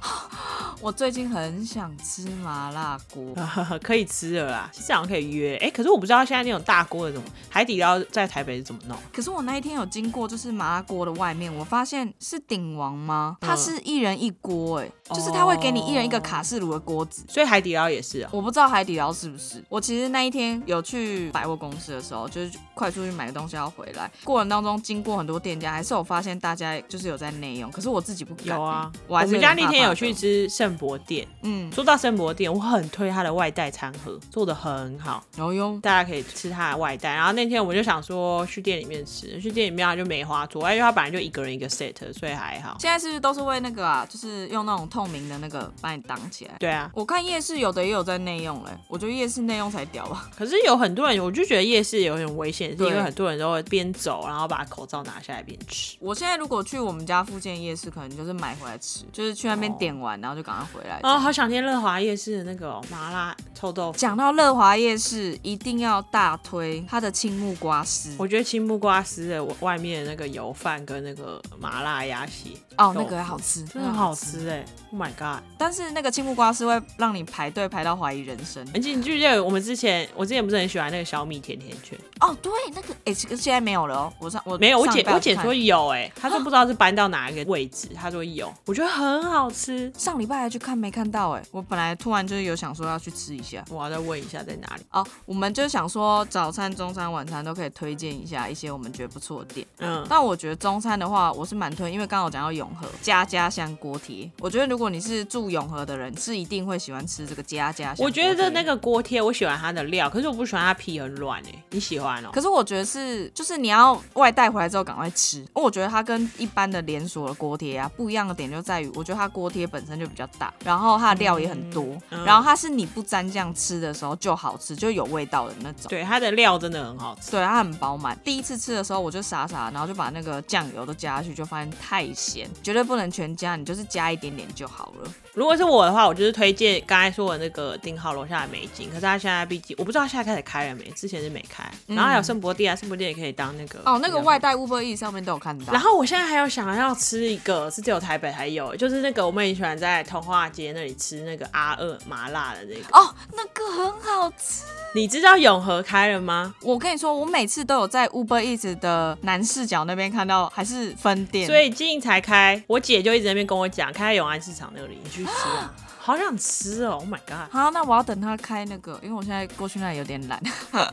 Speaker 1: 我最近很想吃麻辣锅，
Speaker 2: 可以吃了啦，其实好像可以约。哎、可是我不知道现在那种大锅的怎么，海底捞在台北是怎么弄？
Speaker 1: 可是我那一天有经过就是麻辣锅的外面，我发现是鼎王吗？
Speaker 2: 嗯
Speaker 1: 它是一人一锅，哎，
Speaker 2: 哦
Speaker 1: 就是他会给你一人一个卡式炉的锅子。
Speaker 2: 所以海底捞也是哦、
Speaker 1: 我不知道海底捞是不是。我其实那一天有去百货公司的时候，就是快速去买个东西要回来，过程当中经过很多店家，还是有发现大家就是有在内用，可是我自己不敢。
Speaker 2: 有啊，
Speaker 1: 我还是
Speaker 2: 们
Speaker 1: 点
Speaker 2: 家那天
Speaker 1: 怕怕
Speaker 2: 有去
Speaker 1: 的，
Speaker 2: 吃圣博店。
Speaker 1: 嗯，
Speaker 2: 说到圣博店，我很推它的外带餐盒，做的很好，
Speaker 1: 有用。
Speaker 2: 大家可以吃它的外带。然后那天我就想说去店里面吃，去店里面它就梅花桌，因为它本来就一个人一个 set，所以还好。
Speaker 1: 现在是不是都是为那个啊，就是用那种透明的那个把你挡起来？
Speaker 2: 对啊，
Speaker 1: 我看夜市有的也有在内用嘞、我觉得夜市内用才屌吧。
Speaker 2: 可是有很多人，我就觉得夜市有点危险，是因为
Speaker 1: 对
Speaker 2: 很多人都会边走，然后把口罩拿下来边吃。
Speaker 1: 我现在如果去我们家附近的夜市，可能就是买回来吃，就是去那边点完，然后就赶拿回来。
Speaker 2: 哦，好想念乐华夜市的那个哦、麻辣臭豆 腐。
Speaker 1: 讲到乐华夜市，一定要大推它的青木瓜丝
Speaker 2: 我觉得青木瓜丝的外面的那个油饭跟那个麻辣鸭血，
Speaker 1: 哦，
Speaker 2: 豆
Speaker 1: 那
Speaker 2: 腐
Speaker 1: 个也好吃，
Speaker 2: 真的很好。吃哎、o h my god！
Speaker 1: 但是那个青木瓜丝会让你排队排到怀疑人生。
Speaker 2: 而且你记不记得我们之前，我之前不是很喜欢那个小米甜甜圈？
Speaker 1: 哦，对，那个哎，这个现在没有了哦。我上我
Speaker 2: 没有，我
Speaker 1: 上礼
Speaker 2: 姐
Speaker 1: 拜
Speaker 2: 我姐
Speaker 1: 看
Speaker 2: 说有哎、她说不知道是搬到哪一个位置，她说有，我觉得很好吃。
Speaker 1: 上礼拜还去看没看到哎，我本来突然就是有想说要去吃一下。
Speaker 2: 我要再问一下在哪里？
Speaker 1: 哦，我们就想说早餐、中餐、晚餐都可以推荐一下一些我们觉得不错的店。
Speaker 2: 嗯，
Speaker 1: 但我觉得中餐的话，我是蛮推，因为刚好讲到永和家家香锅贴，我觉得如果你是住永和的人，是一定会喜欢吃这个家家香锅贴。
Speaker 2: 我觉得那个锅贴我喜欢它的料，可是我不喜欢它皮很软哎、你喜欢哦、
Speaker 1: 可是我觉得是，就是你要外带回来之后赶快吃。因为我觉得它跟一般的连锁的锅贴啊不一样的点就在于，我觉得它锅贴本身就比较大，然后它的料也很多，
Speaker 2: 嗯
Speaker 1: 然后它是你不沾酱吃的时候就好吃，就有味道的那种。
Speaker 2: 对，它的料真的很好吃。
Speaker 1: 对，它很饱满。第一次吃的时候，我就傻傻的，然后就把那个酱油都加下去，就发现太咸，绝对不能全加，你就是加一点点就好了。
Speaker 2: 如果是我的话，我就是推荐刚才说的那个丁浩楼下的美景，可是它现在毕竟我不知道现在开始开了没，之前是没开。然后还有圣伯蒂啊，圣伯蒂也可以当那个
Speaker 1: 哦，那个外。带 Uber E 上面都有看到
Speaker 2: 然。后我现在还有想要吃一个，是只有台北还有，就是那个我们很喜欢在童话街那里吃那个阿二麻辣的那个。
Speaker 1: 哦，那个很好吃。
Speaker 2: 你知道永和开了吗？
Speaker 1: 我跟你说，我每次都有在 Uber Eats 的男视角那边看到，还是分店。
Speaker 2: 所以最近才开，我姐就一直在那边跟我讲，开在永安市场那里，你去吃啊，好想吃哦！Oh my god！
Speaker 1: 好，那我要等他开那个，因为我现在过去那里有点懒。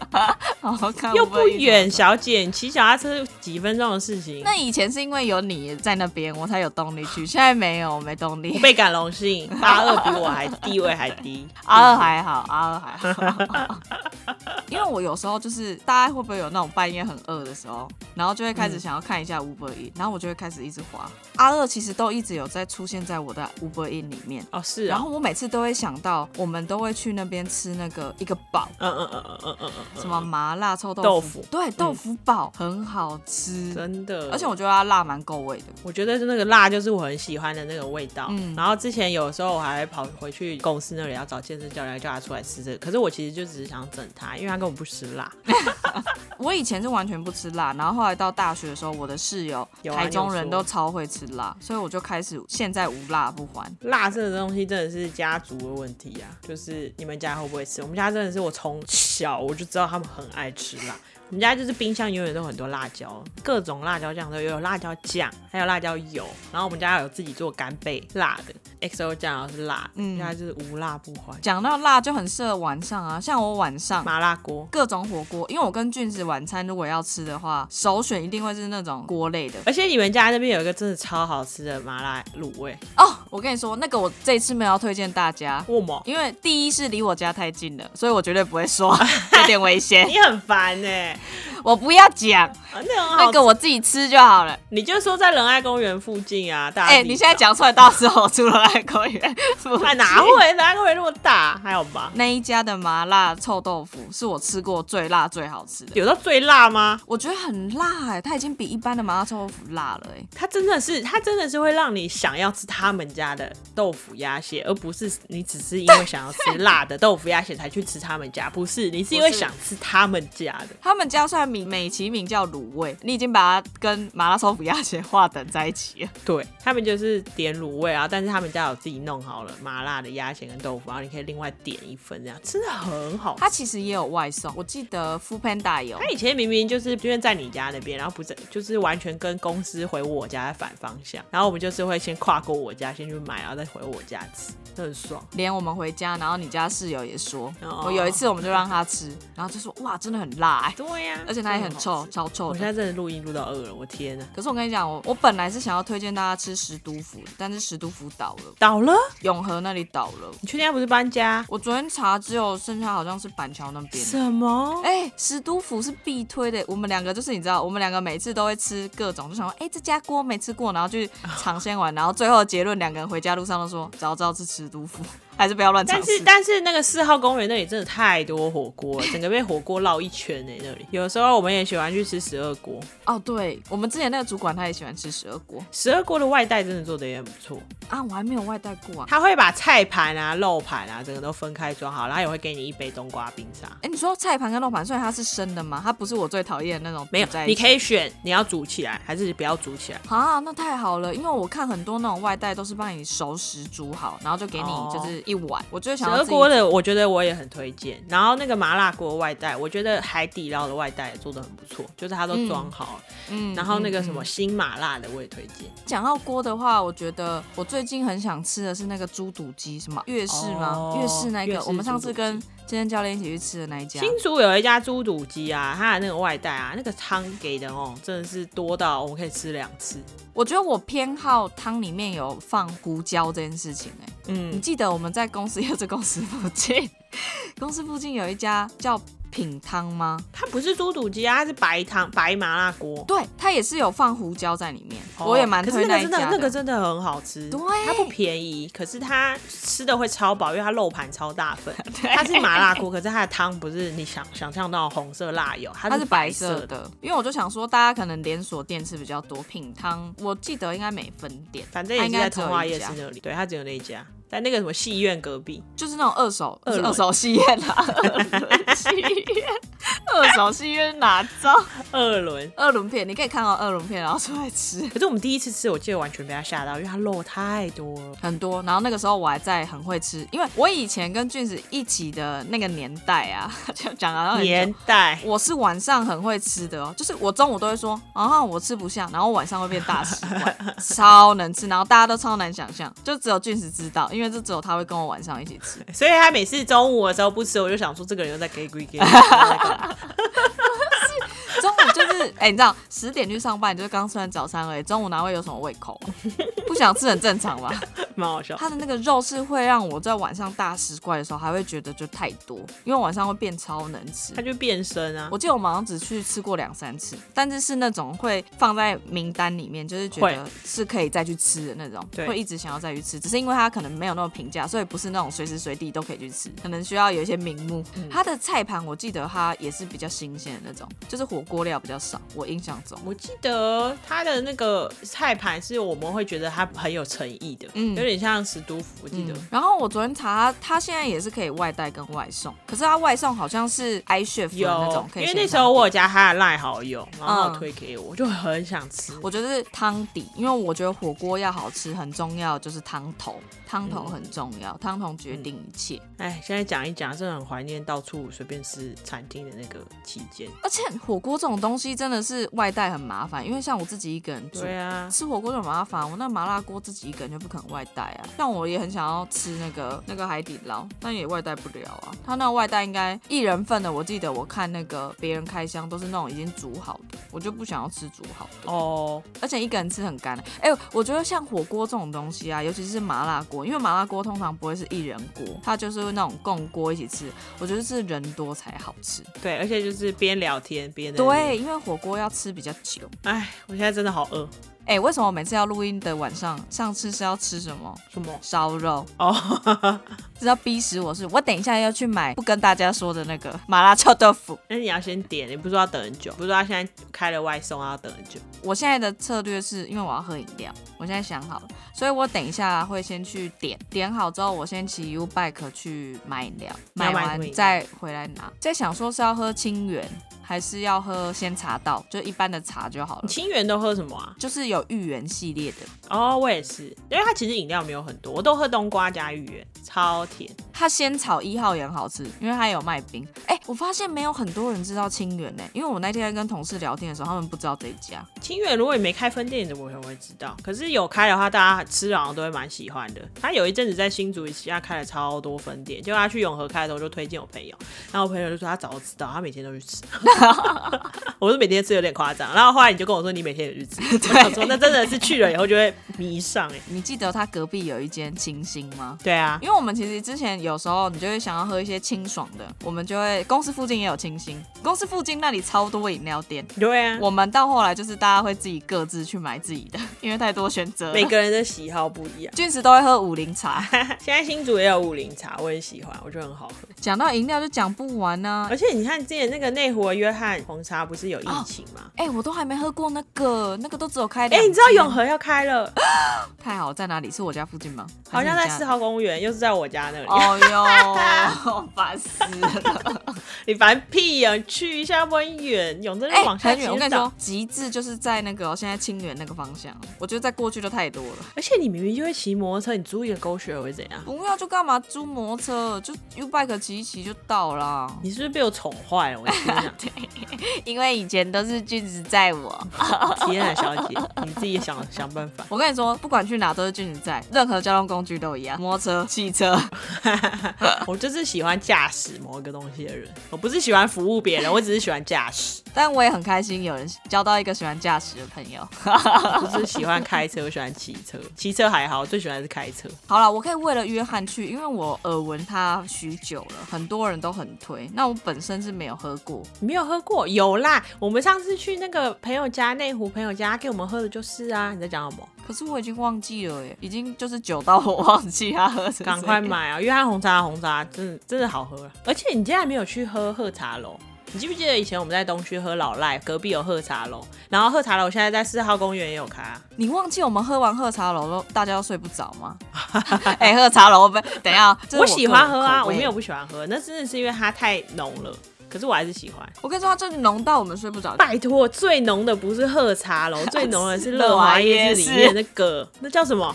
Speaker 1: 好好看，
Speaker 2: 又不远，
Speaker 1: 小。
Speaker 2: 小姐，你骑脚踏车几分钟的事情。
Speaker 1: 那以前是因为有你在那边，我才有动力去，现在没有，我没动力
Speaker 2: 我。倍感荣幸，八二比我还地位还 低。
Speaker 1: 阿二还好，阿二还好。 因为我有时候就是，大家会不会有那种半夜很饿的时候，然后就会开始想要看一下
Speaker 2: 嗯
Speaker 1: Uber E，、然后我就会开始一直滑。阿二其实都一直有在出现在我的 Uber E 里面，
Speaker 2: 哦，是
Speaker 1: 然
Speaker 2: 啊、
Speaker 1: 后我每次都会想到，我们都会去那边吃那个一个堡，
Speaker 2: 嗯嗯嗯嗯嗯嗯嗯嗯，
Speaker 1: 什么麻辣臭豆腐，
Speaker 2: 豆腐嗯
Speaker 1: 对，豆腐堡、很好吃，
Speaker 2: 真的，
Speaker 1: 而且我觉得它辣蛮够味的。
Speaker 2: 我觉得那个辣就是我很喜欢的那个味道。
Speaker 1: 嗯
Speaker 2: 然后之前有时候我还会跑回去公司那里要找健身教练叫他出来吃这个，可是我其实就只是想整他，因为他根本不吃辣。
Speaker 1: 我以前是完全不吃辣，然后后来到大学的时候，我的室友、
Speaker 2: 有啊
Speaker 1: 台中
Speaker 2: 你有
Speaker 1: 人
Speaker 2: 说
Speaker 1: 都超会吃辣，所以我就开始现在无辣不欢。
Speaker 2: 辣这个东西真的是家族的问题啊，就是你们家会不会吃？我们家真的是我从小我就知道他们很爱吃辣，我们家就是冰箱永远都有很多辣椒，各种辣椒酱都有，有辣椒酱，还有辣椒油，然后我们家有自己做干贝辣的，XO 酱然后是辣的，
Speaker 1: 嗯
Speaker 2: 嗯，家就是无辣不欢，
Speaker 1: 讲到辣就很适合晚上啊，像我晚上
Speaker 2: 麻辣锅。
Speaker 1: 各种火锅，因为我跟俊子晚餐如果要吃的话，首选一定会是那种锅类的。
Speaker 2: 而且你们家那边有一个真的超好吃的麻辣卤味，
Speaker 1: 哦，我跟你说，那个我这次没有要推荐大家，
Speaker 2: 我吗？
Speaker 1: 因为第一是离我家太近了，所以我绝对不会说， 有点危险。
Speaker 2: 你很烦呢、
Speaker 1: 我不要讲，
Speaker 2: 啊那很
Speaker 1: 那
Speaker 2: 好，
Speaker 1: 个我自己吃就好了。
Speaker 2: 你就说在仁爱公园附近啊，大家
Speaker 1: 哎、
Speaker 2: 自己
Speaker 1: 你现在讲出来，到时候我出了爱公园，
Speaker 2: 啊，哪会？仁爱公园那么大，还有吧？
Speaker 1: 那一家的麻辣臭豆腐是我吃过最辣最好吃的。
Speaker 2: 有到最辣吗？
Speaker 1: 我觉得很辣哎、它已经比一般的麻辣臭豆腐辣了哎、
Speaker 2: 它真的是，它真的是会让你想要吃他们家的豆腐鸭血，而不是你只是因为想要吃辣的豆腐鸭血才去吃他们家，不是，你是因为
Speaker 1: 不是
Speaker 2: 想吃他们家的。
Speaker 1: 他们家虽然名美其名叫卤味，你已经把它跟麻辣臭豆腐鸭血划等在一起了。
Speaker 2: 对他们就是点卤味啊，但是他们家有自己弄好了麻辣的鸭血跟豆腐，然后你可以另外点一份，这样真的很好吃。
Speaker 1: 它其实也有外送，我记得 f o o Panda 有
Speaker 2: 他以前明明就是因为在你家那边，然后不是就是完全跟公司回我家的反方向，然后我们就是会先跨过我家先去买，然后再回我家吃，那很爽。
Speaker 1: 连我们回家，然后你家室友也说，
Speaker 2: 哦
Speaker 1: 我有一次我们就让他吃，然后就说哇，真的很辣、欸，
Speaker 2: 对呀、
Speaker 1: 而且它也很
Speaker 2: 真的
Speaker 1: 臭
Speaker 2: 好，吃。
Speaker 1: 超臭
Speaker 2: 我现
Speaker 1: 的。
Speaker 2: 在真的录音录到饿了，我天啊呐！
Speaker 1: 可是我跟你讲，我我本来是想要推荐大家吃十都府，但是十都府倒了，
Speaker 2: 倒了？啊
Speaker 1: 永和那里倒了。
Speaker 2: 你确定他不是搬家？
Speaker 1: 我昨天查，只有剩下好像是板桥那边。
Speaker 2: 什么？
Speaker 1: 哎、十都府是必推的。我们两个就是你知道，我们两个每次都会吃各种，就想说，哎、这家 锅没吃过，然后去尝鲜玩，然后最后结论，两个人回家路上都说，早知道吃十都府。 还是不要乱尝
Speaker 2: 但是
Speaker 1: 试。
Speaker 2: 但是那个四号公园那里真的太多火锅了，整个被火锅绕一圈呢、那里有时候我们也喜欢去吃十二锅，
Speaker 1: 哦，对，我们之前那个主管他也喜欢吃十二锅
Speaker 2: 十二锅的外带真的做的也很不错，
Speaker 1: 啊，我还没有外带过啊。
Speaker 2: 他会把菜盘啊、肉盘啊，整个都分开装好，然后也会给你一杯冬瓜冰沙。
Speaker 1: 哎，你说菜盘跟肉盘，所以它是生的吗？它不是我最讨厌的那种
Speaker 2: 没有
Speaker 1: 煮在，一
Speaker 2: 你
Speaker 1: 起
Speaker 2: 可以选你要煮起来还是不要煮起来。
Speaker 1: 啊，那太好了，因为我看很多那种外带都是帮你熟食煮好，然后就给你
Speaker 2: 哦
Speaker 1: 就是一碗，我就会
Speaker 2: 十
Speaker 1: 想要
Speaker 2: 二
Speaker 1: 自己
Speaker 2: 锅的，我觉得我也很推荐。然后那个麻辣锅外带，我觉得海底捞的外带也做的很不错，就是它都装好了。
Speaker 1: 嗯
Speaker 2: 然后那个
Speaker 1: 嗯
Speaker 2: 什么新麻辣的我也推荐。
Speaker 1: 讲到锅的话，我觉得我最近很想吃的是那个猪肚鸡，什么粤式吗？
Speaker 2: 哦
Speaker 1: 粤式那
Speaker 2: 粤
Speaker 1: 个，
Speaker 2: 式
Speaker 1: 我们上
Speaker 2: 猪
Speaker 1: 次
Speaker 2: 肚
Speaker 1: 跟
Speaker 2: 鸡
Speaker 1: 健身教练一起去吃的那一家。
Speaker 2: 新竹有一家猪肚鸡啊，它的那个外带啊，那个汤给的哦，真的是多到我们可以吃两次。
Speaker 1: 我觉得我偏好汤里面有放胡椒这件事情、欸。你
Speaker 2: 嗯，
Speaker 1: 记得我们在公司， 也是公司附近，公司附近有一家叫品汤吗？
Speaker 2: 它不是猪肚鸡啊，它是白汤白麻辣锅。
Speaker 1: 对，它也是有放胡椒在里面。
Speaker 2: 哦
Speaker 1: 我也蛮
Speaker 2: 可
Speaker 1: 推
Speaker 2: 是那
Speaker 1: 一
Speaker 2: 个真
Speaker 1: 家
Speaker 2: 的那个真的很好吃，
Speaker 1: 对
Speaker 2: 它不便宜，可是它吃的会超饱，因为它肉盘超大 份，它是麻辣锅，可是它的汤不是你想想象到的红色辣油，它
Speaker 1: 它
Speaker 2: 是
Speaker 1: 是白
Speaker 2: 色
Speaker 1: 色。的，因为我就想说，大家可能连锁店吃比较多，品汤我记得应该每分店，
Speaker 2: 反正也
Speaker 1: 它
Speaker 2: 是
Speaker 1: 应
Speaker 2: 在
Speaker 1: 该只
Speaker 2: 通
Speaker 1: 有
Speaker 2: 化
Speaker 1: 一
Speaker 2: 夜市
Speaker 1: 家
Speaker 2: 那里，对，它只有那一家，在那个什么戏院隔壁。
Speaker 1: 就是那种二手
Speaker 2: 二
Speaker 1: 二
Speaker 2: 轮
Speaker 1: 二手戏院啦， 二手戏院，二手戏院哪招？
Speaker 2: 二轮。
Speaker 1: 二轮片，你可以看到二轮片，然后出来吃
Speaker 2: 可是我们第一次吃，我记得完全被它吓到，因为它肉太多了。
Speaker 1: 很多。然后那个时候我还在很会吃，因为我以前跟俊子一起的那个年代啊， 就讲到很久
Speaker 2: 年代，
Speaker 1: 我是晚上很会吃的哦，就是我中午都会说啊，我吃不下，然后晚上会变大食碗， 超能吃，然后大家都超难想象，就只有俊子知道，因为这只有他会跟我晚上一起吃。
Speaker 2: 所以他每次中午的时候不吃，我就想说这个人又在给鬼给。对
Speaker 1: 中午就是， 哎、你知道十点去上班，你就是刚吃完早餐而已，中午哪会有什么胃口啊、不想吃很正常吧？
Speaker 2: 蛮好 笑。
Speaker 1: 它的那个肉是会让我在晚上大食怪的时候，还会觉得就太多，因为晚上会变超能吃
Speaker 2: 他。就变身啊，
Speaker 1: 我记得我好像只去吃过两三次，但是是那种会放在名单里面，就是觉得
Speaker 2: 会
Speaker 1: 是可以再去吃的那种，
Speaker 2: 对
Speaker 1: 会一直想要再去吃。只是因为它可能没有那么平价，所以不是那种随时随地都可以去吃，可能需要有一些名目。
Speaker 2: 嗯
Speaker 1: 它的菜盘我记得它也是比较新鲜的那种，就是火锅料比较少，我印象中。
Speaker 2: 我记得它的那个菜盘是我们会觉得它很有诚意的，
Speaker 1: 嗯
Speaker 2: 有点像史都福，我记得。
Speaker 1: 嗯然后我昨天查，它现在也是可以外带跟外送，可是它外送好像是 iChef 的那
Speaker 2: 有
Speaker 1: 种，，可
Speaker 2: 因
Speaker 1: 以
Speaker 2: 为
Speaker 1: 现
Speaker 2: 那时
Speaker 1: 场
Speaker 2: 候我有加他的赖好友，然后他
Speaker 1: 嗯
Speaker 2: 有推给我，我就很想吃。
Speaker 1: 我觉得是汤底，因为我觉得火锅要好吃很重要，就是汤头，汤头很重要，汤头决定一切。
Speaker 2: 哎，现在讲一讲，真的很怀念到处随便吃餐厅的那个期间。
Speaker 1: 而且火锅这种东西真的是外带很麻烦，因为像我自己一个人住。
Speaker 2: 对啊，
Speaker 1: 吃火锅就很麻烦，我那麻辣锅自己一个人就不可能外带啊。像我也很想要吃那个那个海底捞，但也外带不了啊。他那外带应该一人份的，我记得我看那个别人开箱都是那种已经煮好的，我就不想要吃煮好的。
Speaker 2: 哦，
Speaker 1: 而且一个人吃很干。哎、我觉得像火锅这种东西啊，尤其是麻辣锅，因为麻辣锅通常不会是一人锅，它就是那种共锅一起吃。我觉得是人多才好吃。
Speaker 2: 对，而且就是边聊天边在那边
Speaker 1: 对，，因为火锅要吃比较久。
Speaker 2: 哎，我现在真的好饿。
Speaker 1: 哎、为什么我每次要录音的晚上，上次是要吃什么？
Speaker 2: 什么？
Speaker 1: 烧肉，
Speaker 2: 哦，
Speaker 1: 这要逼死我是，我等一下要去买不跟大家说的那个麻辣臭豆腐。
Speaker 2: 那你要先点，你不是说要等很久？不是说他现在开了外送要等很久？
Speaker 1: 我现在的策略是因为我要喝饮料，我现在想好了，所以我等一下会先去点，点好之后我先骑 U bike 去买饮料，
Speaker 2: 你要
Speaker 1: 买
Speaker 2: 买什么饮
Speaker 1: 完
Speaker 2: 料
Speaker 1: 再回来拿。在想说是要喝清源，还是要喝鲜茶道，就一般的茶就好了
Speaker 2: 你。清源都喝什么啊？
Speaker 1: 就是有芋圆系列的，
Speaker 2: 哦，我也是，因为它其实饮料没有很多，我都喝冬瓜加芋圆，超甜。
Speaker 1: 它仙草一号也很好吃，因为它有卖冰。哎、我发现没有很多人知道清源呢、因为我那天在跟同事聊天的时候，他们不知道这一家。
Speaker 2: 清远如果也没开分店，你怎么可能会知道？可是有开的话，大家吃好像都会蛮喜欢的。他有一阵子在新竹一下开了超多分店，结果他去永和开的时候就推荐我朋友，然后我朋友就说他早就知道，他每天都去吃。我是每天吃有点夸张，然后后来你就跟我说你每天也去吃，我想说那真的是去了以后就会迷上哎、
Speaker 1: 你记得它隔壁有一间清新吗？
Speaker 2: 对啊，
Speaker 1: 因为我们其实之前有时候你就会想要喝一些清爽的，我们就会公司附近也有清新，公司附近那里超多饮料店。
Speaker 2: 对啊，
Speaker 1: 我们到后来就是大家会自己各自去买自己的， 因为太多选择了。
Speaker 2: 每个人的喜好不一样。
Speaker 1: 俊子都会喝五零茶，
Speaker 2: 现在新竹也有五零茶，我很喜欢，我觉得很好喝。
Speaker 1: 讲到饮料就讲不完呢、啊。
Speaker 2: 而且你看之前那个内湖的约翰红茶不是有疫情吗？
Speaker 1: 哎、我都还没喝过那个，那个都只有开
Speaker 2: 哎、
Speaker 1: 两
Speaker 2: 你知道
Speaker 1: 间啊
Speaker 2: 永和要开 了，
Speaker 1: 太好在哪里？是我家附近吗？
Speaker 2: 好像在
Speaker 1: 还是你
Speaker 2: 四
Speaker 1: 家。
Speaker 2: 号公园，又是在我家那里。
Speaker 1: 哦哟， 烦死了！
Speaker 2: 你烦屁呀、去一下不很远，永贞路
Speaker 1: 哎、
Speaker 2: 往下
Speaker 1: 很
Speaker 2: 其
Speaker 1: 远，
Speaker 2: 实
Speaker 1: 我跟你
Speaker 2: 到
Speaker 1: 说，极致就是在那个现在清远那个方向，我觉得再过去就太多了。
Speaker 2: 而且你明明就会骑摩托车，你租一个狗血会怎样？
Speaker 1: 不要就干嘛租摩托车，就 U bike 骑一骑就到啦。
Speaker 2: 你是不是被我宠坏了？我天哪！
Speaker 1: 因为以前都是俊子载我，
Speaker 2: 天啊，小姐， 你自己想想办法。
Speaker 1: 我跟你说，不管去哪都是俊子载，任何交通工具都一样，摩托车、汽 车。
Speaker 2: 我就是喜欢驾驶某一个东西的人，我不是喜欢服务别人，我只是喜欢驾驶，
Speaker 1: 但我也很开心，有人交到一个喜欢驾驶的朋友。
Speaker 2: 不是喜欢开车，我喜欢骑车。骑车还好，我最喜欢的是开车。
Speaker 1: 好了，我可以为了约翰去，因为我耳闻他许久了，很多人都很推。那我本身是没有喝过，
Speaker 2: 你没有喝过？有啦，我们上次去那个朋友家，内湖朋友家他给我们喝的就是啊。你在讲什么？
Speaker 1: 可是我已经忘记了耶，已经就是久到我忘记他喝是谁
Speaker 2: 赶快！买啊！约翰红茶，红茶真的真的好喝、啊，而且你竟然没有去喝喝茶楼。你记不记得以前我们在东区喝老赖，隔壁有喝茶楼，然后喝茶楼现在在四号公园也有开啊、
Speaker 1: 你忘记我们喝完喝茶楼都大家都睡不着吗？ 哎、喝茶楼不？等一下，这是
Speaker 2: 我
Speaker 1: 个人
Speaker 2: 喜欢喝啊，
Speaker 1: 口
Speaker 2: 我
Speaker 1: 味
Speaker 2: 没有。不喜欢喝，那真的是因为它太浓了，可是我还是喜欢。
Speaker 1: 我跟你说，它真的浓到我们睡不着。
Speaker 2: 拜托，最浓的不是喝茶楼，最浓的是乐华夜市里面那个， 那叫什么？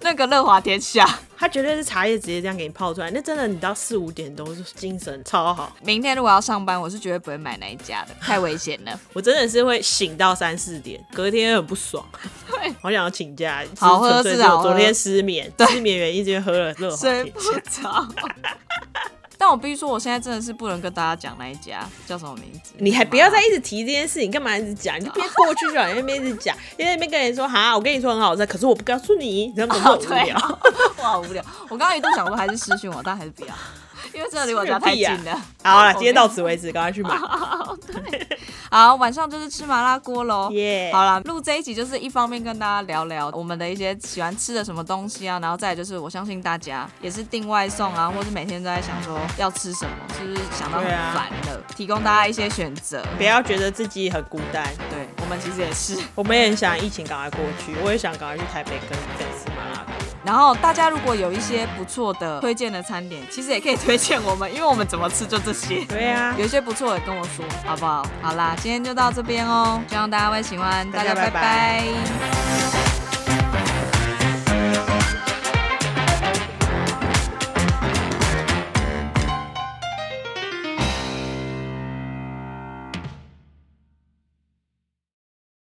Speaker 1: 那个乐华天下，
Speaker 2: 它绝对是茶叶直接这样给你泡出来，那真的你到四五点都是精神超好。
Speaker 1: 明天如果要上班，我是绝对不会买那一家的，太危险 了。
Speaker 2: 我真的是会醒到三四点，隔天很不爽，好想要请假。
Speaker 1: 好喝
Speaker 2: 只纯粹
Speaker 1: 是啊
Speaker 2: 是
Speaker 1: 好
Speaker 2: 我
Speaker 1: 喝
Speaker 2: 昨天失眠，失眠原因是因为喝了热华
Speaker 1: 睡
Speaker 2: 铁
Speaker 1: 不着。 但我必须说，我现在真的是不能跟大家讲那一家叫什么名字。
Speaker 2: 你还不要再一直提这件事情，干嘛一直讲？你就别过去就好，你在那边一直讲，因为那边跟人说哈，我跟你说很好吃，可是我不告诉你，你知道吗？
Speaker 1: 哦
Speaker 2: 无
Speaker 1: 对
Speaker 2: 聊。
Speaker 1: 哦， 我好无聊。我刚刚一度想说还是私讯我，但还是不要，因为真的离我家太
Speaker 2: 啊
Speaker 1: 近了。
Speaker 2: 好了，今天到此为止，赶快去 买。
Speaker 1: 好，晚上就是吃麻辣锅喽。
Speaker 2: 耶
Speaker 1: 好啦，录这一集就是一方面跟大家聊聊我们的一些喜欢吃的什么东西啊，然后再来就是我相信大家也是订外送啊，或是每天都在想说要吃什么，是不是想到很
Speaker 2: 对啊
Speaker 1: 烦了？提供大家一些选择。
Speaker 2: 不要觉得自己很孤单，
Speaker 1: 对我们其实也是。
Speaker 2: 我们也很想疫情赶快过去，我也想赶快去台北跟粉丝麻辣锅。
Speaker 1: 然后大家如果有一些不错的推荐的餐点，其实也可以推荐我们，因为我们怎么吃就这些。
Speaker 2: 对啊呀、
Speaker 1: 有一些不错的跟我说，好不好？好啦，今天就到这边哦，希望大家会喜欢，大
Speaker 2: 大
Speaker 1: 家
Speaker 2: 家
Speaker 1: 拜拜。
Speaker 2: 拜拜